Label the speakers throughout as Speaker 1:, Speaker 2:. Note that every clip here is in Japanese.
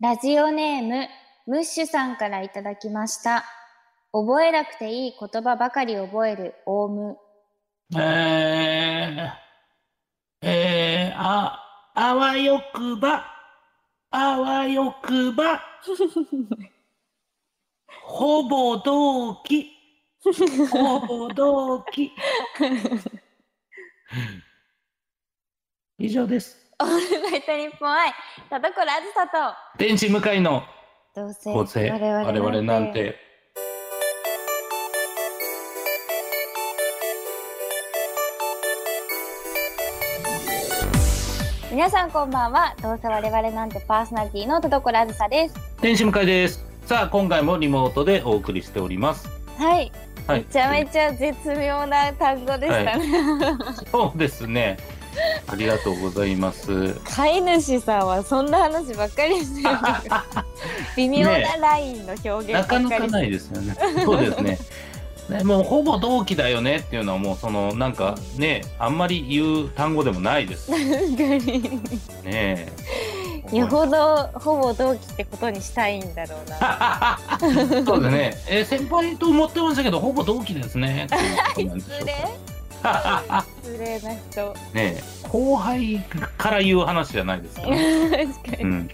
Speaker 1: ラジオネーム、ムッシュさんからいただきました。覚えなくていい言葉ばかり覚えるオウム。
Speaker 2: えー、えー、あ、あわよくば、あわよくば、ほぼ同期、ほぼ同期。以上です。
Speaker 1: オールナイトニッポン愛、田所あずさと。
Speaker 2: 天使向かいの
Speaker 1: どうせ
Speaker 2: 構成、我々なん。て。
Speaker 1: 皆さんこんばんは。どうせ我々なんてパーソナリティの田所あずさです。
Speaker 2: 天使向かいです。さあ、今回もリモートでお送りしております。
Speaker 1: はい。
Speaker 2: はい、
Speaker 1: めちゃめちゃ絶妙な単語でしたね。
Speaker 2: そうですね。ありがとうございます。
Speaker 1: 飼い主さんはそんな話ばっかり してる。微妙なラインの表現ば
Speaker 2: な
Speaker 1: っか
Speaker 2: か
Speaker 1: り
Speaker 2: なかないですよね。そうですね。ね、もうほぼ同期だよねっていうのはもうそのなんかねあんまり言う単語でもないですね。
Speaker 1: よほどほぼ同期ってことにしたいんだろうな。
Speaker 2: そうですね。えー先輩と思ってましたけどほぼ同期ですねっていうことなんでしょ
Speaker 1: 失
Speaker 2: う
Speaker 1: 礼
Speaker 2: か。
Speaker 1: 失礼な人。
Speaker 2: ね後輩から言う話じゃないですから、 ね。
Speaker 1: 確か
Speaker 2: う
Speaker 1: に。
Speaker 2: ん、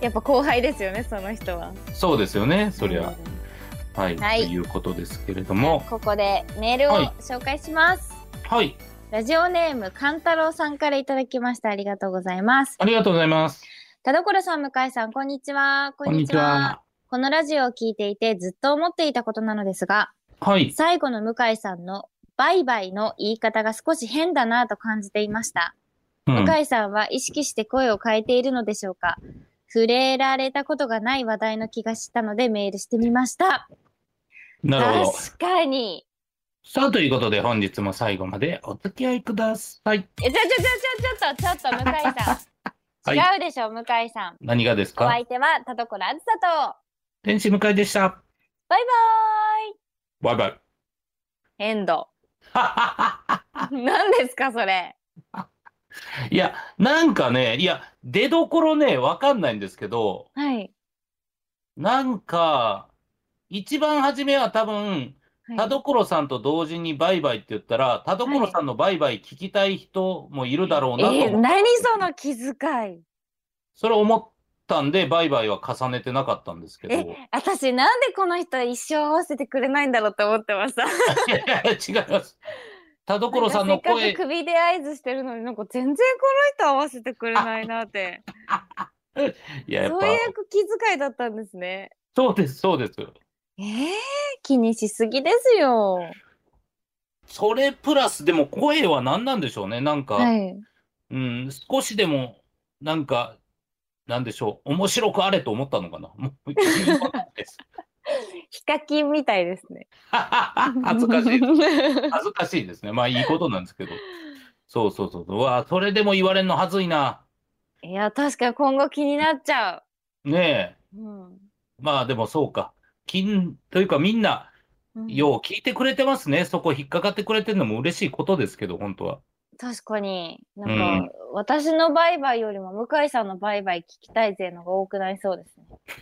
Speaker 1: やっぱ後輩ですよね、その人は。
Speaker 2: そうですよね。そりゃ、はい、
Speaker 1: はい
Speaker 2: ということですけれども、
Speaker 1: ここでメールを
Speaker 2: はい
Speaker 1: 紹介します。
Speaker 2: はい、
Speaker 1: ラジオネーム、かんたろうさんからいただきました。ありがとうございます。
Speaker 2: ありがとうございます。
Speaker 1: 田所さん、向井さん、こんにちは。こ
Speaker 2: こんにちは。
Speaker 1: このラジオを聞いていてずっと思っていたことなのですが、
Speaker 2: はい、
Speaker 1: 最後の向井さんのバイバイの言い方が少し変だなぁと感じていました。
Speaker 2: うん
Speaker 1: 向井さんは意識して声を変えているのでしょうか触れられたことがない話題の気がしたのでメールしてみました。
Speaker 2: なるほど。
Speaker 1: 確かに。
Speaker 2: さあ、ということで本日も最後までお付き合いください。
Speaker 1: え、ちょちょちょちょちょっと、ちょっと向井さん。
Speaker 2: はい
Speaker 1: 違うでしょ、向井さん。
Speaker 2: 何がです
Speaker 1: お
Speaker 2: か
Speaker 1: 相手は田所あずさと。
Speaker 2: 天使迎えでした。
Speaker 1: バイ
Speaker 2: バイバイ。
Speaker 1: バーイエンド。何ですか、それ。
Speaker 2: いや、なんかね、いや、出どころね、わかんないんですけど、
Speaker 1: はい。
Speaker 2: なんか、一番初めは多分、
Speaker 1: はい
Speaker 2: 田所さんと同時にバイバイって言ったら、田所さんのバイバイ聞きたい人もいるだろうなと、
Speaker 1: えー何その気遣い。
Speaker 2: それ思ったんで、バイバイは重ねてなかったんですけど。
Speaker 1: え私なんでこの人一生合わせてくれないんだろうって思ってました。
Speaker 2: いやいや違います。田所さん
Speaker 1: な
Speaker 2: の
Speaker 1: んかせっ
Speaker 2: 声
Speaker 1: かく、首で合図してるのになんか全然この人合わせてくれないなって。
Speaker 2: いや、やっ
Speaker 1: そう
Speaker 2: ぱ
Speaker 1: いう、気遣いだったんですね。
Speaker 2: そうです、そうです。
Speaker 1: えー、気にしすぎですよ。
Speaker 2: それプラス、でも声は何なんでしょうね。なんか、
Speaker 1: はい。
Speaker 2: うん、少しでも、なんか、なんでしょう、面白くあれと思ったのかな。もう言うことない です
Speaker 1: ヒカキンみたいですね。
Speaker 2: 恥ずかしい。恥ずかしいですね。まあいいことなんですけど。そうそうそうそう。うわあ、それでも言われるのはずいな。
Speaker 1: い。いや、確かに今後気になっちゃう。
Speaker 2: ねえ。
Speaker 1: うん
Speaker 2: まあでもそうか。金というかみんな、
Speaker 1: うん
Speaker 2: よう聞いてくれてますね。そこ引っかかってくれてるのも嬉しいことですけど、本当は。
Speaker 1: 確かに、なんか、私のバイバイよりも向井さんのバイバイ聞きたい勢のが多くなりそう です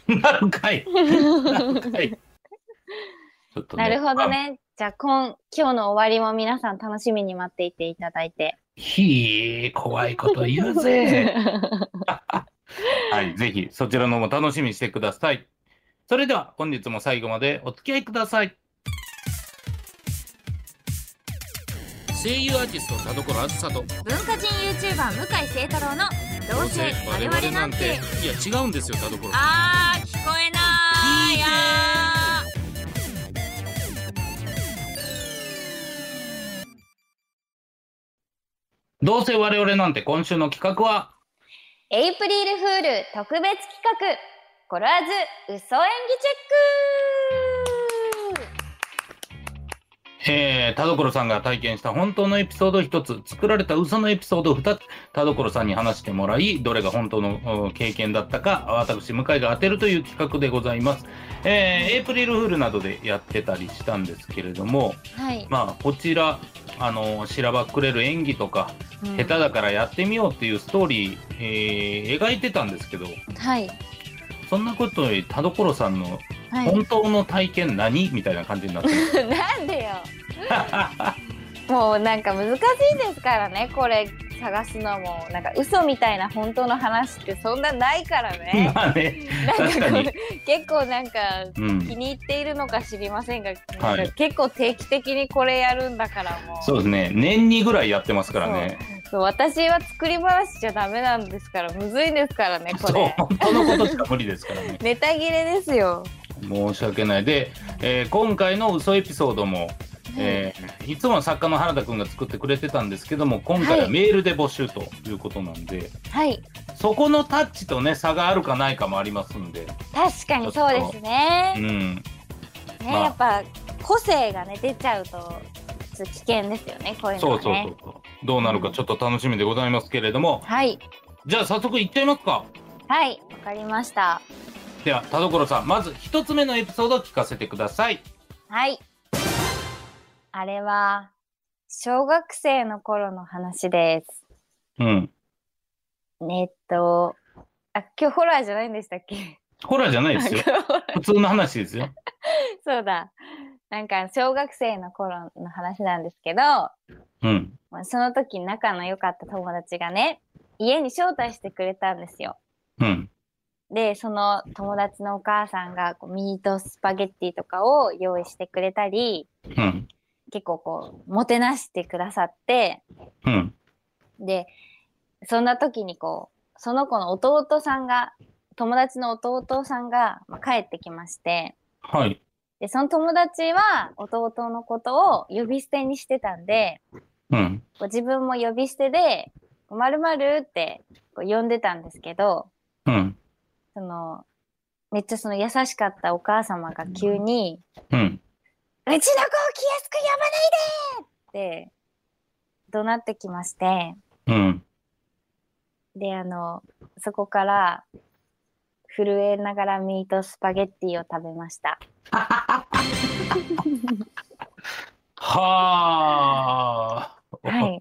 Speaker 1: ね。
Speaker 2: なるかい。なるかい。ちょっとね
Speaker 1: なるほど。ね。じゃあ今、今日の終わりも皆さん楽しみに待っていていただいて。
Speaker 2: あひー、怖いこと言う ぜ。はい、ぜひそちらの方も楽しみにしてください。それでは本日も最後までお付き合いください。声優アーティスト田所あずさと
Speaker 1: 文化人 YouTuber 向井聖太郎のどうせ我々なんて
Speaker 2: いや違うんですよ田所
Speaker 1: あー聞こえない
Speaker 2: 聞いてー
Speaker 1: あー
Speaker 2: どうせ我々なんて今週の企画は
Speaker 1: エイプリルフール特別企画コロアズ嘘演技チェック
Speaker 2: えー、田所さんが体験した本当のエピソード1つ作られた嘘のエピソード2つ田所さんに話してもらいどれが本当のうん経験だったか私向井が当てるという企画でございます、えーエイプリルフールなどでやってたりしたんですけれども
Speaker 1: はい、
Speaker 2: まあこちらあのしらばっくれる演技とか
Speaker 1: うん
Speaker 2: 下手だからやってみようっていうストーリー、えー描いてたんですけど
Speaker 1: はい
Speaker 2: そんなことより田所さんの
Speaker 1: はい
Speaker 2: 本当の体験何、みたいな感じになってる
Speaker 1: なんでよもうなんか難しいですからねこれ探すのもなんか嘘みたいな本当の話ってそんなないからね
Speaker 2: まあね
Speaker 1: なん
Speaker 2: 確か
Speaker 1: こ
Speaker 2: に
Speaker 1: れ結構なんか
Speaker 2: うん
Speaker 1: 気に入っているのか知りませんが、
Speaker 2: はい
Speaker 1: なんか結構定期的にこれやるんだからもう
Speaker 2: そうですね年にぐらいやってますからね
Speaker 1: そう私は作り話じゃダメなんですからむずいんですからね
Speaker 2: そ
Speaker 1: こ
Speaker 2: う
Speaker 1: れ
Speaker 2: 本当のことしか無理ですからね
Speaker 1: ネタ切れですよ、
Speaker 2: 申し訳ないで、えー今回の嘘エピソードも、えーいつもは作家の原田くんが作ってくれてたんですけども今回はメールで募集ということなんで、
Speaker 1: はい
Speaker 2: そこのタッチとね差があるかないかもありますんで、
Speaker 1: 確かにそうですね
Speaker 2: うん、
Speaker 1: ね、
Speaker 2: まあ
Speaker 1: やっぱ個性がね出ちゃうとちょっと危険ですよねこういうの
Speaker 2: そ
Speaker 1: は
Speaker 2: う
Speaker 1: ね
Speaker 2: そうそうそうどうなるかちょっと楽しみでございますけれども
Speaker 1: はい
Speaker 2: じゃあ早速いっちゃいますか
Speaker 1: はいわかりました
Speaker 2: では田所さんまず一つ目のエピソードを聞かせてください
Speaker 1: はいあれは小学生の頃の話です
Speaker 2: うん
Speaker 1: えっとあ今日ホラーじゃないんでしたっけ
Speaker 2: ホラーじゃないですよ普通の話ですよ
Speaker 1: そうだなんか小学生の頃の話なんですけど
Speaker 2: うん
Speaker 1: まあその時仲の良かった友達がね家に招待してくれたんですよ
Speaker 2: うん
Speaker 1: でその友達のお母さんがこうミートスパゲッティとかを用意してくれたり
Speaker 2: うん
Speaker 1: 結構こうもてなしてくださって
Speaker 2: うん
Speaker 1: でそんな時にこうその子の弟さんが友達の弟さんが、まあ帰ってきまして
Speaker 2: はい
Speaker 1: でその友達は弟のことを呼び捨てにしてたんで
Speaker 2: うん
Speaker 1: こう自分も呼び捨てで「まるまるってこう呼んでたんですけど
Speaker 2: うん
Speaker 1: そのめっちゃその優しかったお母様が急に「
Speaker 2: うん
Speaker 1: うちの子を気安く呼ばないでって怒鳴ってきまして、
Speaker 2: うん
Speaker 1: で、あの、そこから震えながらミートスパゲッティを食べました。
Speaker 2: はあ、
Speaker 1: はい。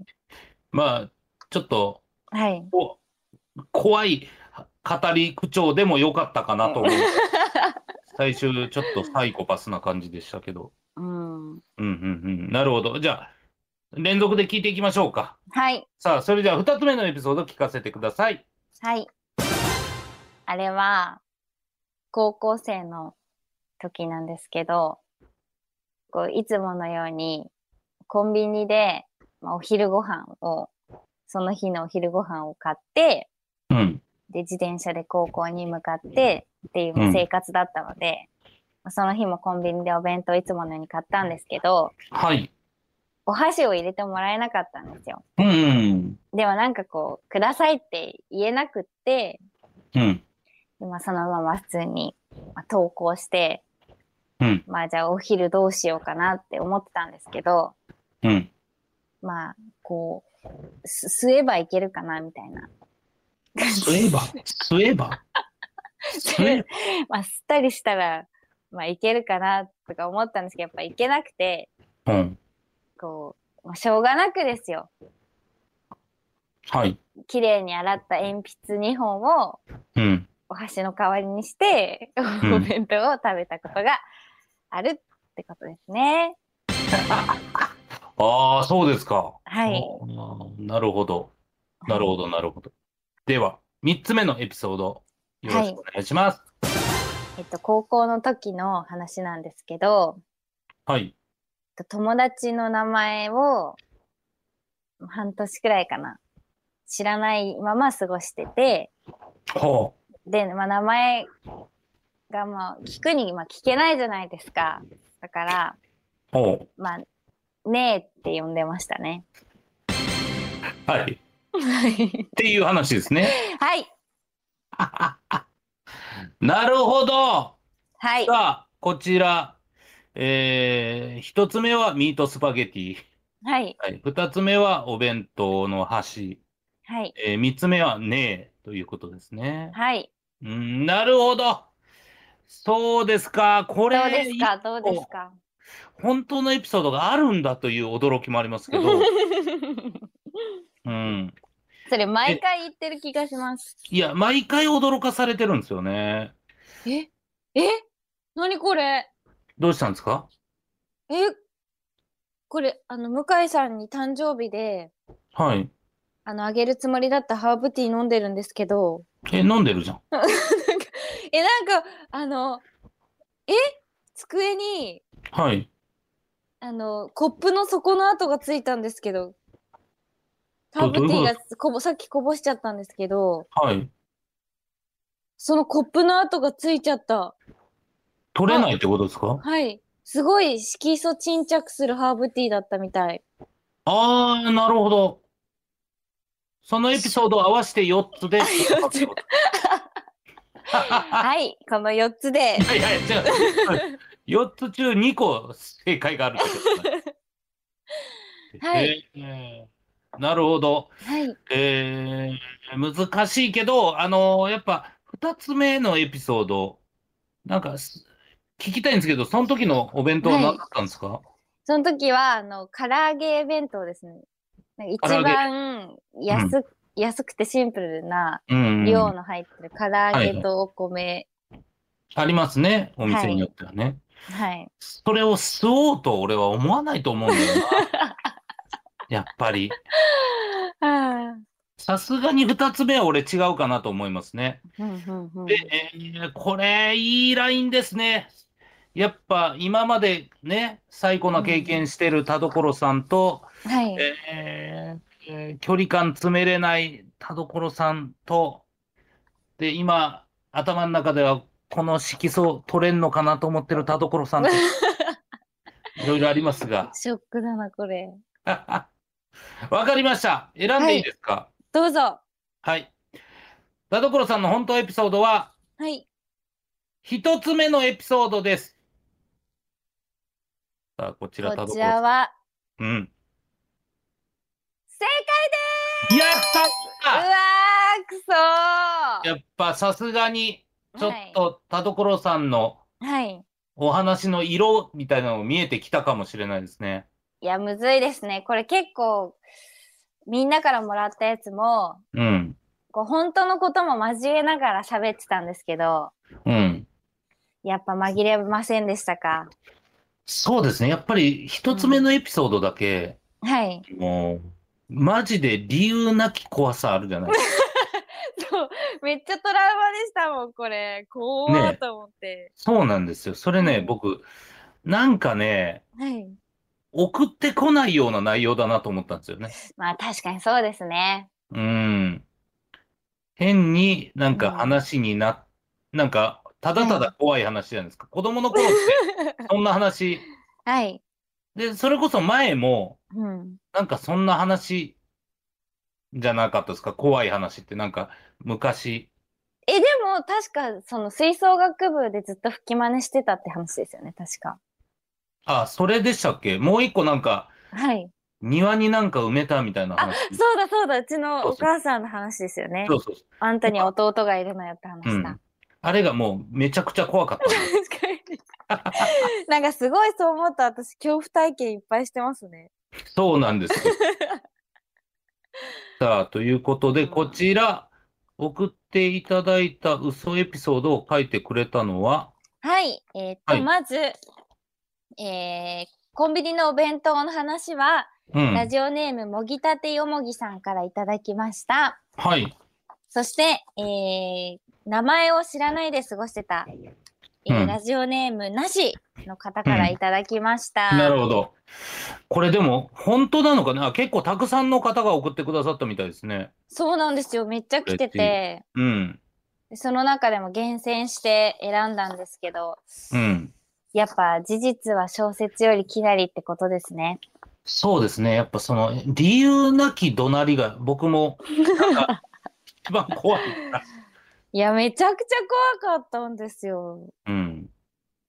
Speaker 2: まあちょっと
Speaker 1: はい。
Speaker 2: お怖い語り口調でも良かったかな と思う最終ちょっとサイコパスな感じでしたけど
Speaker 1: うん。
Speaker 2: うんうんうんなるほどじゃあ連続で聞いていきましょうか
Speaker 1: はい。
Speaker 2: さあそれじゃあ2つ目のエピソード聞かせてください
Speaker 1: はい。あれは、高校生の時なんですけど、こういつものように、コンビニで、まあ、お昼ご飯を、その日のお昼ご飯を買って、
Speaker 2: うん
Speaker 1: で、自転車で高校に向かってっていうまあ
Speaker 2: うん
Speaker 1: 生活だったので、まあその日もコンビニでお弁当いつものように買ったんですけど、
Speaker 2: はい
Speaker 1: お箸を入れてもらえなかったんですよ。
Speaker 2: うんうん
Speaker 1: でもなんかこう、くださいって言えなくって、
Speaker 2: うん
Speaker 1: でまあ、そのまま普通に、まあ、投稿して、
Speaker 2: うん
Speaker 1: まあじゃあお昼どうしようかなって思ってたんですけど、
Speaker 2: うん
Speaker 1: まあこう、す吸えばいけるかなみたいな。
Speaker 2: 吸えば吸えば吸え
Speaker 1: まあ吸ったりしたら、まあいけるかなとか思ったんですけど、やっぱいけなくて、
Speaker 2: ばうん
Speaker 1: こう、まあ、しょうがなくですよ。
Speaker 2: はい
Speaker 1: 綺麗に洗った鉛筆2本を
Speaker 2: うん
Speaker 1: お箸の代わりにして、
Speaker 2: ん
Speaker 1: お弁当を食べたことがあるってことですね。
Speaker 2: ああそうですか
Speaker 1: はい。
Speaker 2: あーなるほどなるほど、なるほど。では、3つ目のエピソード、よろしくお願いします。
Speaker 1: えっと、高校の時の話なんですけど、
Speaker 2: はい。
Speaker 1: えっと友達の名前を半年くらいかな。知らないまま過ごしてて、
Speaker 2: ほ
Speaker 1: で、まあ、名前がまあ聞くにまあ聞けないじゃないですか。だから、
Speaker 2: う。ほ
Speaker 1: まあ、ねえって呼んでましたね。
Speaker 2: う。はい。っ
Speaker 1: はい。
Speaker 2: ていう話ですね。
Speaker 1: はい。
Speaker 2: なるほど。
Speaker 1: はい。
Speaker 2: さあ、こちら、え1つ目はミートスパゲティ。
Speaker 1: はい。
Speaker 2: はい、2つ目はお弁当の箸。
Speaker 1: はい。
Speaker 2: え3つ目はねえということですね。
Speaker 1: はい。
Speaker 2: うん、なるほど。そうですか。こ
Speaker 1: ど
Speaker 2: れ
Speaker 1: うですかどうですか
Speaker 2: 本当のエピソードがあるんだという驚きもありますけ ど。うん、
Speaker 1: それ毎回言ってる気がします。
Speaker 2: いや毎回驚かされてるんですよね。
Speaker 1: ええ何これ
Speaker 2: どうしたんですか
Speaker 1: えこれ、あの、向井さんに誕生日で、
Speaker 2: はい。
Speaker 1: あの、あげるつもりだったハーブティー飲んでるんですけど、
Speaker 2: え、飲んでるじゃん。
Speaker 1: え、なんか、あの、え机に、
Speaker 2: はい。
Speaker 1: あの、コップの底の跡がついたんですけど、ハー
Speaker 2: ど
Speaker 1: ブテ
Speaker 2: どう
Speaker 1: ィー
Speaker 2: い
Speaker 1: が
Speaker 2: う
Speaker 1: こぼ、さっきこぼしちゃったんですけど、
Speaker 2: はい。
Speaker 1: そのコップの跡がついちゃった。
Speaker 2: 取れないってことですか
Speaker 1: はい。すごい色素沈着するハーブティーだったみたい。
Speaker 2: ああ、なるほど。そのエピソードを合わせて4つで。
Speaker 1: 四 つ
Speaker 2: は
Speaker 1: はい、この4つで。
Speaker 2: いはい、じゃあ、4つ中2個正解があるってことですね
Speaker 1: はい
Speaker 2: えーなるほど。
Speaker 1: はい。
Speaker 2: えー難しいけど、あのやっぱ2つ目のエピソード、なんかす聞きたいんですけど、その時のお弁当は
Speaker 1: はい
Speaker 2: 何だったんですか、
Speaker 1: その時は、あの、唐揚げ弁当ですね。なんか
Speaker 2: 唐揚
Speaker 1: 一
Speaker 2: げ
Speaker 1: 番安,、安くてシンプルな
Speaker 2: うん
Speaker 1: 量の入ってる唐揚
Speaker 2: いは
Speaker 1: げ
Speaker 2: い
Speaker 1: とお米。
Speaker 2: ありますね、お店によってはね。
Speaker 1: はい。
Speaker 2: それを吸おうと俺は思わないと思うんだよな。やっぱり。
Speaker 1: あー
Speaker 2: さすがに2つ目は俺違うかなと思いますね。
Speaker 1: うんうんうん
Speaker 2: で、えーこれいいラインですね。やっぱ今までね、最高な経験してる田所さんと、
Speaker 1: はい。
Speaker 2: えーえー距離感詰めれない田所さんと、で、今、頭の中ではこの色素取れんのかなと思ってる田所さん と、いろいろありますが。
Speaker 1: ショックだな、これ。
Speaker 2: わかりました。選んでいいですか
Speaker 1: どうぞ。
Speaker 2: はい。田所さんの本当エピソードは、
Speaker 1: はい。
Speaker 2: 一つ目のエピソードです。さあ、こちら田
Speaker 1: こ
Speaker 2: 所
Speaker 1: ち
Speaker 2: さ
Speaker 1: ら
Speaker 2: ん。
Speaker 1: は、
Speaker 2: うん。
Speaker 1: 正
Speaker 2: や
Speaker 1: 解
Speaker 2: っ
Speaker 1: う
Speaker 2: た
Speaker 1: わー、くそー
Speaker 2: やっぱさすがに、ちょっ
Speaker 1: は
Speaker 2: と田所さんの
Speaker 1: い、はい。
Speaker 2: お話の色みたいなのも見えてきたかもしれないですね。
Speaker 1: いや、むずいですね。これ結構、みんなからもらったやつも、
Speaker 2: うん。
Speaker 1: こう本当のことも交えながら喋ってたんですけど、
Speaker 2: うん。
Speaker 1: やっぱ紛れませんでしたか。
Speaker 2: そうですね。やっぱり一つ目のエピソードだけ、
Speaker 1: はい。
Speaker 2: もう、マジで理由なき怖さあるじゃな いですか。
Speaker 1: そう、 めっちゃトラウマでしたもん、これ。怖
Speaker 2: ね
Speaker 1: ーと思って。
Speaker 2: そうなんですよ。それね、
Speaker 1: うん
Speaker 2: 僕、なんかね、
Speaker 1: はい。
Speaker 2: 送ってこないような内容だなと思ったんですよね。
Speaker 1: まあ確かにそうですね。
Speaker 2: うん。変になんか話にな、なんか、ただただ怖い話じゃないですか。子供の頃って、そんな話。
Speaker 1: はい。
Speaker 2: で、それこそ前も、
Speaker 1: うん。
Speaker 2: なんかそんな話じゃなかったですか怖い話ってなんか昔。
Speaker 1: え、でも確か、その吹奏楽部でずっと吹き真似してたって話ですよね、確か。
Speaker 2: あ、それでしたっけもう一個なんか
Speaker 1: はい。
Speaker 2: 庭になんか埋めたみたいな
Speaker 1: あ
Speaker 2: 話。、
Speaker 1: そうだそうだ、うちの
Speaker 2: そう
Speaker 1: お
Speaker 2: そう
Speaker 1: 母さんの話ですよね。
Speaker 2: そうそうそ
Speaker 1: あんたに弟がいるのよって話
Speaker 2: う。う
Speaker 1: だ
Speaker 2: ん。。あれがもうめちゃくちゃ怖かった。
Speaker 1: 確かに。 なんかすごいそう思った私、恐怖体験いっぱいしてますね。
Speaker 2: そうな んですよ。さあ、ということで、こちら、送っていただいた嘘エピソードを書いてくれたのは、
Speaker 1: はい。えーっと、
Speaker 2: はい
Speaker 1: まず、えーコンビニのお弁当の話は、
Speaker 2: うん。
Speaker 1: ラジオネームもぎたてよもぎさんからいただきました。
Speaker 2: はい。
Speaker 1: そして、えー名前を知らないで過ごしてた、えー
Speaker 2: うん
Speaker 1: ラジオネームなしの方からいただきました。
Speaker 2: なるほど。これでも、本当なのかな結構たくさんの方が送ってくださったみたいですね。
Speaker 1: そうなんですよ。めっちゃ来てて、
Speaker 2: うん。
Speaker 1: でその中でも厳選して選んだんですけど、
Speaker 2: うん。
Speaker 1: やっぱ事実は小説よりきなりってことですね。
Speaker 2: そうですね。やっぱその、理由なき怒鳴りが、僕も、なんか、 一番怖い。
Speaker 1: いや、めちゃくちゃ怖かったんですよ。
Speaker 2: うん。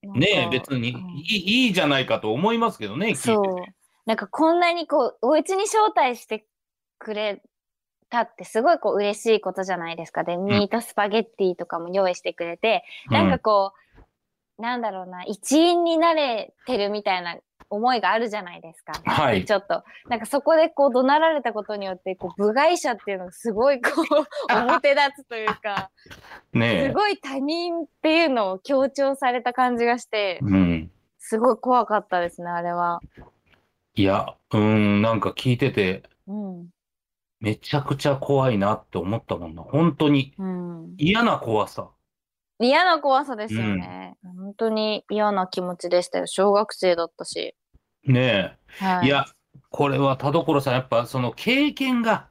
Speaker 1: なんか
Speaker 2: ねえ、別に
Speaker 1: うん
Speaker 2: いい、いいじゃないかと思いますけどね、聞いてて
Speaker 1: そう。なんかこんなにこう、お家に招待してくれたってすごいこう嬉しいことじゃないですか。で、ミートスパゲッティとかも用意してくれて、
Speaker 2: うん
Speaker 1: なんかこう、なんだろうな、一員になれてるみたいな思いがあるじゃないですか。
Speaker 2: はい
Speaker 1: ちょっと、なんかそこでこう怒鳴られたことによって、こう、部外者っていうのがすごいこ う、表立つというか、す
Speaker 2: ね
Speaker 1: ごい他人っていうのを強調された感じがして
Speaker 2: え。、うん。
Speaker 1: すごい怖かったですね、あれは。
Speaker 2: いや、うん、なんか聞いてて、
Speaker 1: うん。
Speaker 2: めちゃくちゃ怖いなって思ったもんな。本当に
Speaker 1: うん。
Speaker 2: 嫌な怖さ。
Speaker 1: 嫌な怖さですよね。本当に嫌な気持ちでしたよ。小学生だったし。
Speaker 2: ね
Speaker 1: は
Speaker 2: え。いや、これは田所さん、やっぱその経験が、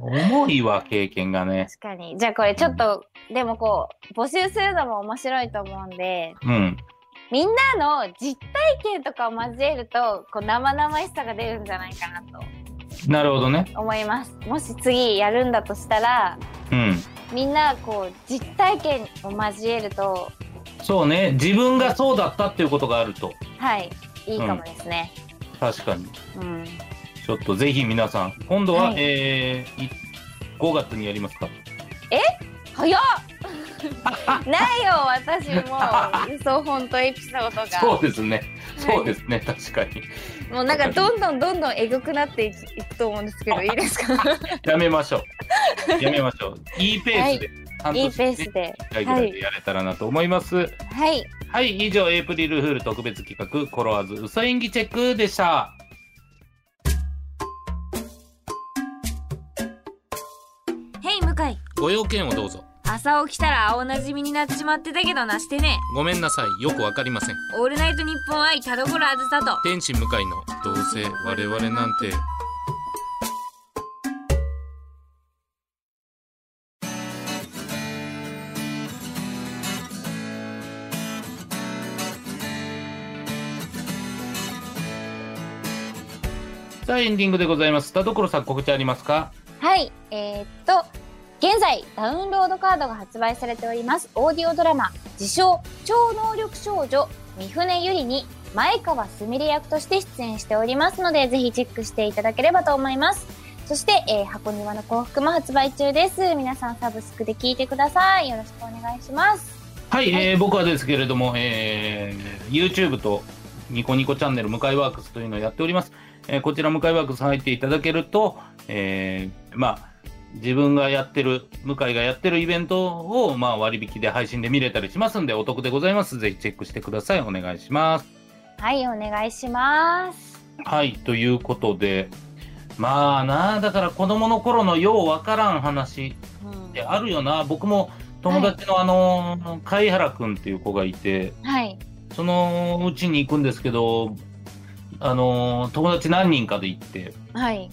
Speaker 2: 重いわ、経験がね。
Speaker 1: 確かに。じゃあこれちょっと、でもこう、募集するのも面白いと思うんで、
Speaker 2: うん。
Speaker 1: みんなの実体験とかを交えると、こう生々しさが出るんじゃないかなと
Speaker 2: なるほどね。
Speaker 1: 思います。もし次やるんだとしたら、
Speaker 2: うん。
Speaker 1: みんなこう、実体験を交えると、
Speaker 2: そうね。自分がそうだったっていうことがあると。
Speaker 1: はい、いいかもですね。
Speaker 2: 確かに。
Speaker 1: うん。
Speaker 2: ちょっとぜひ皆さん、今度は、
Speaker 1: はい
Speaker 2: えーい5月にやりますか。
Speaker 1: 早っないよ、私もう、嘘、本当エピソードが。。
Speaker 2: そうですね。そうですすね。確かに。
Speaker 1: もうなんかどんどんどんどんエグくなっていきいくと思うんですけど、いいですか
Speaker 2: やめましょう。やめましょう。いいペースで、半
Speaker 1: いい
Speaker 2: 年
Speaker 1: ペ
Speaker 2: で
Speaker 1: ースで。
Speaker 2: 1回ぐらいでやれたらなと思います。はい、
Speaker 1: はい。
Speaker 2: 以上、エイプリルフール特別企画、コロワーズ嘘演技チェックでした。
Speaker 3: ヘイ向井
Speaker 2: ご用件をどうぞ。
Speaker 3: 朝起きたら青なじみになっちまってたけどなしてね
Speaker 2: ごめんなさい。よくわかりません。
Speaker 3: オールナイトニッポン愛田所あずさと
Speaker 2: 天使向かいの、どうせ我々なんて。さあ、エンディングでございます。田所さん、告知ありますか
Speaker 1: はい、えーっと、現在、ダウンロードカードが発売されております、オーディオドラマ、自称、超能力少女、三船ゆりに、前川すみれ役として出演しておりますので、ぜひチェックしていただければと思います。そして、えー箱庭の幸福も発売中です。皆さんサブスクで聞いてください。よろしくお願いします。
Speaker 2: はい、
Speaker 1: はい
Speaker 2: えー僕はですけれども、えー YouTube とニコニコチャンネル、向井ワークスというのをやっております。えーこちら、向井ワークス入っていただけると、えーまあ、自分がやってる、向井がやってるイベントを、まあ、割引で配信で見れたりしますんで、お得でございます。ぜひチェックしてください。お願いします。
Speaker 1: はい、お願いします。
Speaker 2: はい、ということで、まあなあ、だから子供の頃のようわからん話
Speaker 1: うん
Speaker 2: ってあるよな。僕も友達のあの、貝原くんっていう子がいて、
Speaker 1: はい。
Speaker 2: そのうちに行くんですけど、あのー友達何人かで行って、
Speaker 1: はい。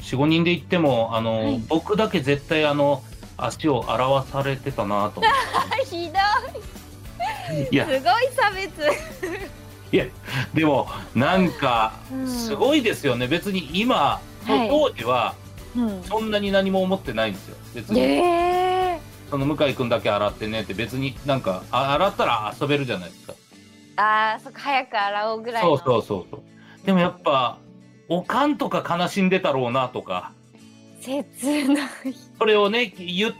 Speaker 2: 4、5人で行っても、あのー
Speaker 1: はい
Speaker 2: 僕だけ絶対あの、足を洗わされてたなと思
Speaker 1: ひど
Speaker 2: って。い
Speaker 1: い。
Speaker 2: や、
Speaker 1: すごい差別。
Speaker 2: でも、なんか
Speaker 1: う、ん
Speaker 2: すごいですよね。別に今、
Speaker 1: はい
Speaker 2: 当時は、
Speaker 1: うん。
Speaker 2: そんなに何も思ってないんですよ。別に、
Speaker 1: え
Speaker 2: その向井君だけ洗ってねって、別になんか、あ洗ったら遊べるじゃないですか。
Speaker 1: ー。あー、そっか、早く洗おうぐらい
Speaker 2: そ
Speaker 1: の。
Speaker 2: うそうそうそう。でもやっぱ、おかんとか悲しんでたろうなとか。
Speaker 1: 切ない。
Speaker 2: それをね言って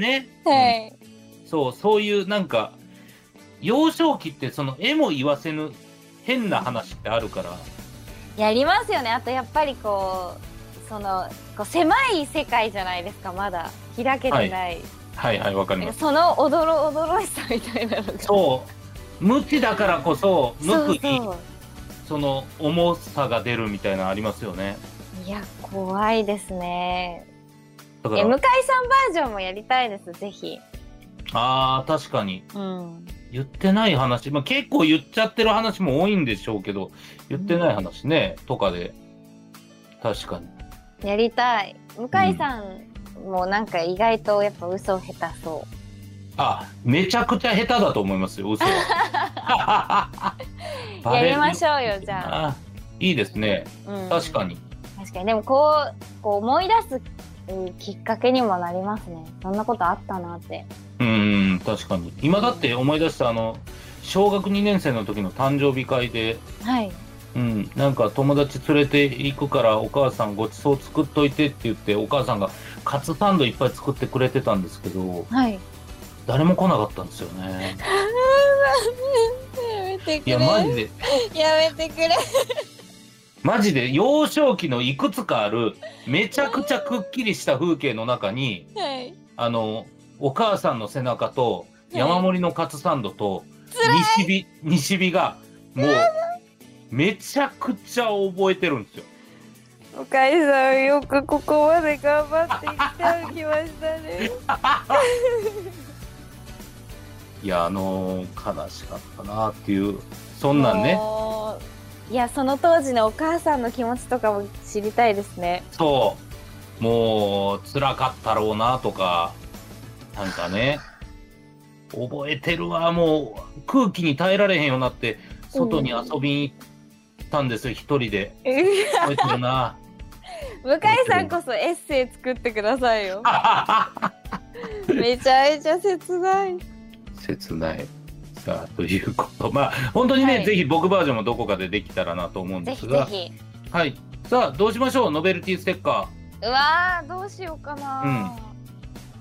Speaker 2: ね、
Speaker 1: はい。
Speaker 2: うんそうそういうなんか幼少期ってその絵も言わせぬ変な話ってあるから
Speaker 1: やりますよね。あとやっぱりこう、その、こう狭い世界じゃないですか、まだ。開けてない。
Speaker 2: はいはいわかります
Speaker 1: そのおどろおどろしさみたいなのが。
Speaker 2: そう無知だからこそ無
Speaker 1: そう
Speaker 2: 垢に
Speaker 1: そう
Speaker 2: その重さが出るみたいなのありますよね
Speaker 1: いや、怖いですね。
Speaker 2: だか
Speaker 1: え、向
Speaker 2: ら
Speaker 1: 井さんバージョンもやりたいです、ぜひ。
Speaker 2: あー確かに
Speaker 1: うん。
Speaker 2: 言ってない話、まあ、結構言っちゃってる話も多いんでしょうけど言ってない話ね、とかで確かに
Speaker 1: やりたい。向井さんもなんか意外とやっぱ嘘下手そ
Speaker 2: あ、めちゃくちゃ下手だと思いますよ、嘘は。
Speaker 1: う。やりましょうよ、じゃあ。
Speaker 2: あ。いいですね、
Speaker 1: うん
Speaker 2: 確かに。
Speaker 1: 確かにでもこうこう思い出すうんきっかけにもなりますねそんなことあったなって
Speaker 2: うん、確かに。今だって思い出した、あの、小学2年生の時の誕生日会で、
Speaker 1: はい
Speaker 2: うん、なんか友達連れて行くからお母さんごちそう作っといてって言って、お母さんがカツサンドいっぱい作ってくれてたんですけ ど、
Speaker 1: はい
Speaker 2: 誰も来なかったんですよね。
Speaker 1: めってく
Speaker 2: い
Speaker 1: れ
Speaker 2: や、マジで、
Speaker 1: やめてくれ
Speaker 2: マジで幼少期のいくつかある、めちゃくちゃくっきりした風景の中に、
Speaker 1: はい
Speaker 2: あの、お母さんの背中と、
Speaker 1: はい
Speaker 2: 山盛りのカツサンドと、西日、西日が、もう、めちゃくちゃ覚えてるんですよ。
Speaker 1: おかえさんよくここまで頑張ってきてゃきましたね
Speaker 2: いや、あのー悲しかったなっていう、 そんなんね、
Speaker 1: もういやその当時のお母さんの気持ちとかも知りたいです ね
Speaker 2: そう、もう、辛かったろうなとか、なんかね、覚えてるわ、もう、空気に耐えられへんようになって、外に遊びに行ったんですよ、一人で。
Speaker 1: うわ
Speaker 2: 覚えてるな。
Speaker 1: 向井さんこそエッセイ作ってくださいよめちゃめちゃ切ない
Speaker 2: 切ない。さあ、ということ。まあ、本当にね、
Speaker 1: はい
Speaker 2: ぜひ僕バージョンもどこかでできたらなと思うん
Speaker 1: ぜ
Speaker 2: で
Speaker 1: ひ
Speaker 2: す
Speaker 1: ぜ
Speaker 2: が。
Speaker 1: ひ
Speaker 2: はい。さあ、どうしましょうノベルティステッカ
Speaker 1: うわーどうしようかな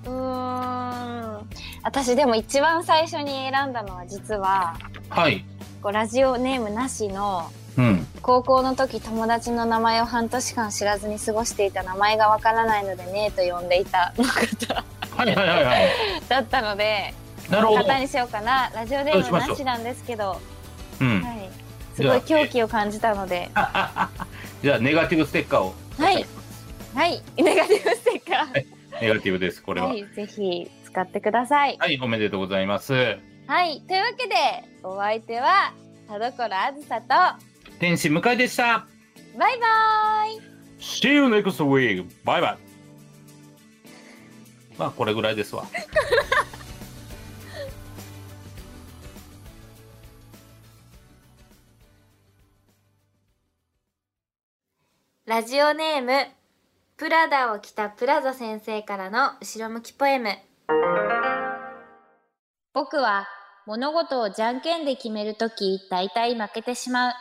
Speaker 1: うーん私でも一番最初に選んだのは実は
Speaker 2: ー。はい。
Speaker 1: こうラジオネームなしの
Speaker 2: うん。
Speaker 1: 高校の時友達の名前を半年間知らずに過ごしていた名前がわからないのでねえと呼んでいた の方
Speaker 2: はいはいはいはい。
Speaker 1: だったので
Speaker 2: なるほど。
Speaker 1: 方にしようかなラジオネ
Speaker 2: そう
Speaker 1: ー
Speaker 2: し
Speaker 1: ム
Speaker 2: ましょ
Speaker 1: な
Speaker 2: う
Speaker 1: しなんですけどは
Speaker 2: うん。
Speaker 1: いすごい狂気を感じたので
Speaker 2: じゃあ、ネガティブステッカーを。
Speaker 1: はいはい ネガティブステッカー
Speaker 2: ネガティブです、これは。
Speaker 1: は
Speaker 2: はい、
Speaker 1: いぜひ使ってください
Speaker 2: おめでとうございます。
Speaker 1: はいというわけでお相手は田所あずさと
Speaker 2: 天使向井でした。
Speaker 1: バイバーイ
Speaker 2: See you next week. Bye bye. まあ、これぐらいですわ。
Speaker 3: ラジオネームプラダを着たプラザ先生からの後ろ向きポエム
Speaker 1: 僕は物事をじゃんけんで決めるとき大体負けてしまう。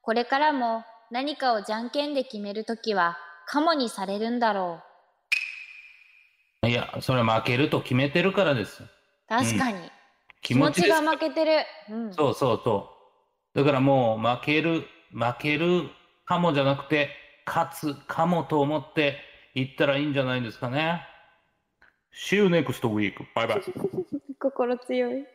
Speaker 1: これからも何かをじゃんけんで決めるときはカモにされるんだろう。
Speaker 2: いや、それは負けると決めてるからです。
Speaker 1: 確かに。
Speaker 2: 気
Speaker 1: 気
Speaker 2: 持
Speaker 1: 持ち
Speaker 2: ちです
Speaker 1: が負けてる。うん、
Speaker 2: そうそうそう。だからもう負ける、負けるかもじゃなくて、勝つかもと思って行ったらいいんじゃないですかね。See you next week. Bye bye.
Speaker 1: 心強い。